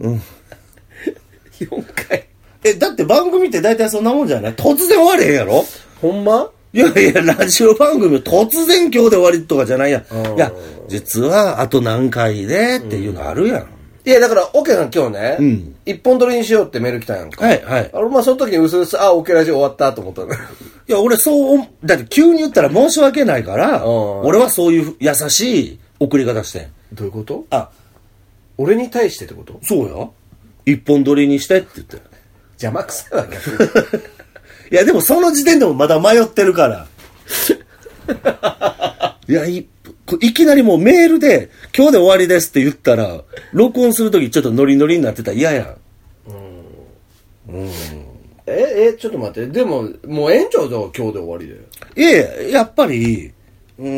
[SPEAKER 2] ん。うん。4回。
[SPEAKER 1] え、だって番組って大体そんなもんじゃない突然終われへんやろ
[SPEAKER 2] ほんま
[SPEAKER 1] いやいや、ラジオ番組突然今日で終わりとかじゃないや
[SPEAKER 2] うん
[SPEAKER 1] ん。いや、実はあと何回でっていうのあるやん。
[SPEAKER 2] いや、だから、オケが今日ね、
[SPEAKER 1] ん
[SPEAKER 2] 一本撮りにしようってメール来たやんか。
[SPEAKER 1] はいはい
[SPEAKER 2] あ。れ、まあ、その時にうすうす、あ、オケラジオ終わったと思ったの。
[SPEAKER 1] いや、俺そう思、だって急に言ったら申し訳ないから、
[SPEAKER 2] うん
[SPEAKER 1] 俺はそういう優しい送り方してん。
[SPEAKER 2] どういうこと
[SPEAKER 1] あ、
[SPEAKER 2] 俺に対してってこと
[SPEAKER 1] そうや一本撮りにしてって言って。
[SPEAKER 2] 邪魔くさいわけ。
[SPEAKER 1] いや、でもその時点でもまだ迷ってるから。いや、い、こいきなりもうメールで、今日で終わりですって言ったら、録音するときちょっとノリノリになってたら嫌やん。
[SPEAKER 2] え、え、ちょっと待って。でも、もう園長だよ、今日で終わりで。
[SPEAKER 1] いやいや、やっぱり、うー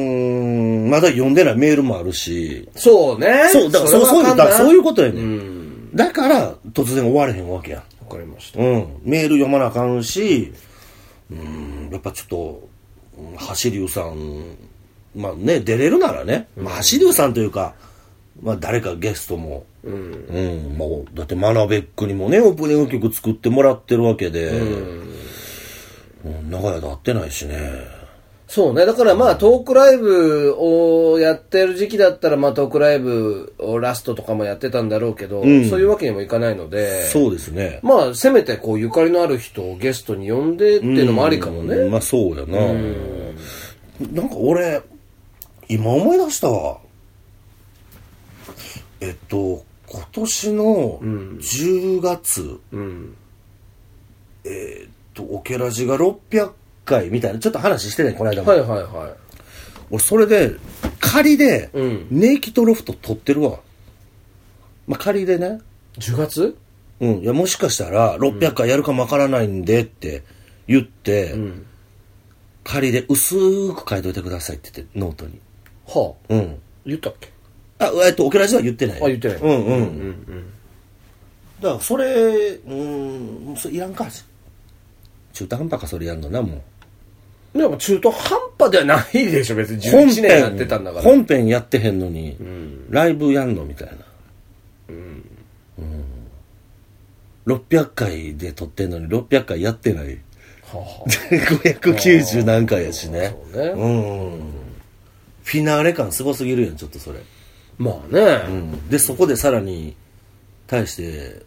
[SPEAKER 1] ん、まだ読んでないメールもあるし。
[SPEAKER 2] そうね。
[SPEAKER 1] そう、だからそうそういう、だからそういうことやねん。
[SPEAKER 2] ん。
[SPEAKER 1] だから、突然終われへんわけやん。
[SPEAKER 2] わかりました。
[SPEAKER 1] うん、メール読まなあかんし、うん、やっぱちょっと、うん橋龍さん、まあね、出れるならね、まあ、橋龍さんというか、まあ誰かゲストも、うん、もう、だってマナベックにもね、オープニング曲作ってもらってるわけで、うん、長屋と会ってないしね。
[SPEAKER 2] そうね。だからまあ、トークライブをやってる時期だったら、まあ、トークライブをラストとかもやってたんだろうけど、そういうわけにもいかないので。
[SPEAKER 1] そうですね。
[SPEAKER 2] まあ、せめてこう、ゆかりのある人をゲストに呼んでっていうのもありかもね。
[SPEAKER 1] うんまあそうやな。なんか俺、今思い出したわ。えっと、今年の10月、
[SPEAKER 2] うん。
[SPEAKER 1] とオケラジが600回みたいな、ちょっと話してね、この間も。
[SPEAKER 2] はいはいは
[SPEAKER 1] 俺それで、仮で、
[SPEAKER 2] うん
[SPEAKER 1] ネイキッドロフト撮ってるわ。まあ仮でね。
[SPEAKER 2] い。10月
[SPEAKER 1] うん、いやもしかしたら600回やるかもわからないんでって言って、
[SPEAKER 2] ん
[SPEAKER 1] 仮で薄く書いといてくださいって言って、ノートに。
[SPEAKER 2] はあ。
[SPEAKER 1] うん。
[SPEAKER 2] 言ったっけ
[SPEAKER 1] あ、えっと、オケラジは言ってない。
[SPEAKER 2] あ言ってない
[SPEAKER 1] うんうん。
[SPEAKER 2] うんうん。
[SPEAKER 1] だから、それ、うーん、それいらんか。中途半端か、それやんのな、もう。
[SPEAKER 2] でも中途半端ではないでしょ、別に。11年やってたんだから。
[SPEAKER 1] 本編やってへんのに、ライブやんのみたいな。うん。600回で撮ってんのに、600回やってない。 590何回やしね。
[SPEAKER 2] そうね
[SPEAKER 1] うん。フィナーレ感すごすぎるやん、ちょっとそれ。
[SPEAKER 2] まあね、
[SPEAKER 1] うん。で、そこでさらに、対して、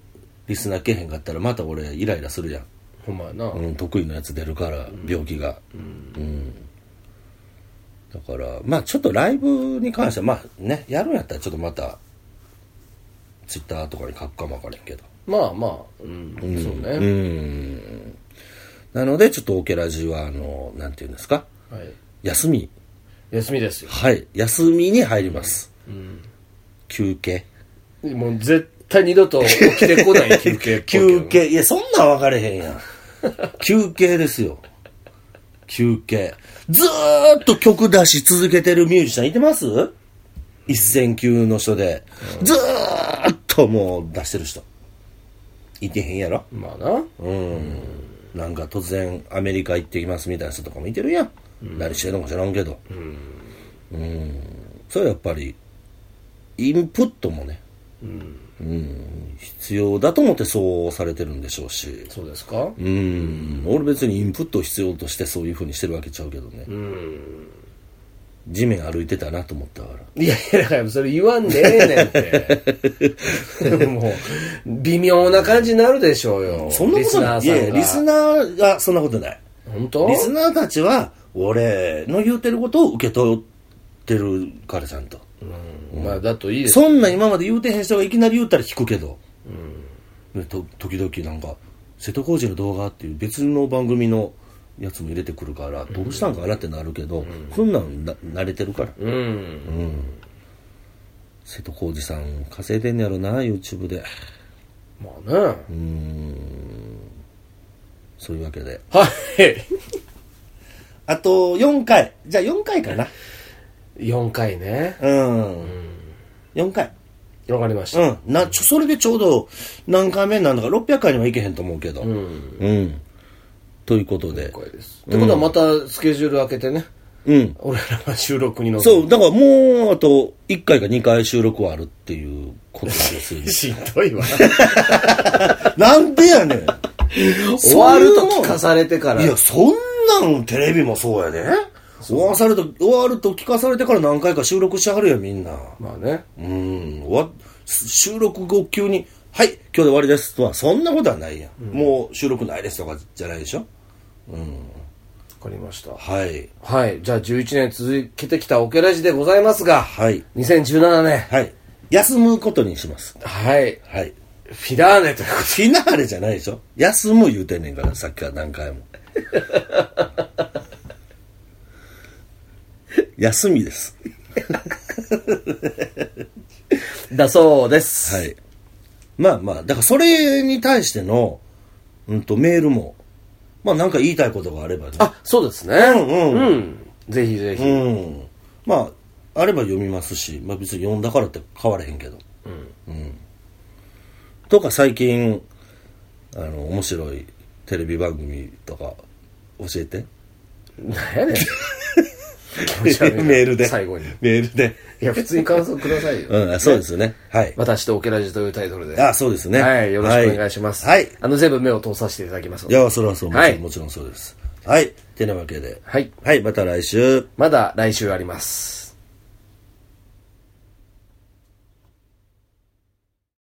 [SPEAKER 1] リスナーけへんかったら、また俺、イライラするやん。
[SPEAKER 2] ほんまやな、
[SPEAKER 1] うん、得意なやつ出るから、病気が。うん。だから、まあちょっとライブに関しては、まあね、やるんやったらちょっとまた、ツイッターとかに書くかもわからんけど。
[SPEAKER 2] まあまあ、うんそうね、
[SPEAKER 1] なので、ちょっとオケラジは、あの、なんていうんですか、
[SPEAKER 2] はい、
[SPEAKER 1] 休み、
[SPEAKER 2] 休みですよ
[SPEAKER 1] はい、休みに入ります。休憩。
[SPEAKER 2] もう絶対二度と起きてこない休憩っぽいけど
[SPEAKER 1] 休憩、いや、そんなん分かれへんや ん。休憩ですよ。休憩。ずーっと曲出し続けてるミュージシャンいてます一線級の人で。ずーっともう出してる人。いてへんやろ
[SPEAKER 2] まあな
[SPEAKER 1] うん。なんか突然アメリカ行ってきますみたいな人とかもいてるやん。何してるのか知らんけど。うん。それはやっぱり、インプットもね。うん。必要だと思ってそうされてるんでしょうし。
[SPEAKER 2] そうですか
[SPEAKER 1] うん。俺別にインプットを必要としてそういう風にしてるわけちゃうけどね。地面歩いてたなと思ったから。
[SPEAKER 2] いやいやだからそれ言わんでええねん ってもう微妙な感じになるでしょうよ
[SPEAKER 1] そんなことない。い
[SPEAKER 2] リスナーさんが
[SPEAKER 1] やいや、リスナーがそんなことない。
[SPEAKER 2] 本当
[SPEAKER 1] リスナーたちは、俺の言うてることを受け取ってるからちゃんと。
[SPEAKER 2] うんまあだといいです
[SPEAKER 1] そんなん今まで言うてへん人がいきなり言ったら引くけど。でと時々なんか、瀬戸康史の動画っていう別の番組のやつも入れてくるから、どうしたんかなってなるけど、そんなんな慣れてるから。
[SPEAKER 2] うん
[SPEAKER 1] 瀬戸康史さん稼いでんねやろな、YouTube で。
[SPEAKER 2] まあね
[SPEAKER 1] そういうわけで。
[SPEAKER 2] はい
[SPEAKER 1] あと4回。じゃあ4回かな。
[SPEAKER 2] 4回ね
[SPEAKER 1] うん。4回。
[SPEAKER 2] わかりました、
[SPEAKER 1] うん。な、ちょ、それでちょうど何回目なんだか600回にはいけへんと思うけど。うん。ということで。
[SPEAKER 2] 了解ですってことはまたスケジュール開けてね、
[SPEAKER 1] うん。
[SPEAKER 2] 俺らは収録に臨む
[SPEAKER 1] そう、だからもうあと1回か2回収録はあるっていうことですよね。
[SPEAKER 2] しんどいわ
[SPEAKER 1] なんでやねん。
[SPEAKER 2] 終わると聞かされてから
[SPEAKER 1] いや、そんなんテレビもそうやで、終わされと、終わると聞かされてから何回か収録しはるやんみんな。
[SPEAKER 2] まあね
[SPEAKER 1] うん、終わ、収録後急に、はい、今日で終わりですとは、そんなことはないやん。もう収録ないですとかじゃないでしょ
[SPEAKER 2] わかりました
[SPEAKER 1] はい。
[SPEAKER 2] はいじゃあ11年続けてきたオケラジでございますが、
[SPEAKER 1] はい。
[SPEAKER 2] 2017年
[SPEAKER 1] はい。休むことにします。
[SPEAKER 2] はい
[SPEAKER 1] はい。
[SPEAKER 2] フィナーネというこ
[SPEAKER 1] フィナーレじゃないでしょ休む言うてんねんから、さっきから何回も。 休みです。
[SPEAKER 2] とだそうです
[SPEAKER 1] はい。まあまあ、だからそれに対しての、うんと、メールも、まあなんか言いたいことがあればね。
[SPEAKER 2] あそうですね
[SPEAKER 1] うんうん
[SPEAKER 2] ぜひぜひ、
[SPEAKER 1] うん。まあ、あれば読みますし、まあ別に読んだからって変われへんけど。うん。とか最近、あの、面白いテレビ番組とか教えて。
[SPEAKER 2] なんやねん
[SPEAKER 1] メ
[SPEAKER 2] 持ち悪い な
[SPEAKER 1] ールで。
[SPEAKER 2] 最後に
[SPEAKER 1] メールで。
[SPEAKER 2] いや普通に感想くださいよ、
[SPEAKER 1] うん、あそうですよね。はい。
[SPEAKER 2] 私とオケラジというタイトルで
[SPEAKER 1] あ、そうですね。
[SPEAKER 2] はいよろしくお願いします、
[SPEAKER 1] はい。
[SPEAKER 2] あの全部目を通させていただきますの
[SPEAKER 1] い
[SPEAKER 2] で
[SPEAKER 1] や、それはそう。も
[SPEAKER 2] は
[SPEAKER 1] ちろ
[SPEAKER 2] い
[SPEAKER 1] んもちろんそうです。はい。てなわけで。
[SPEAKER 2] はい
[SPEAKER 1] はい、また来週。
[SPEAKER 2] まだ来週あります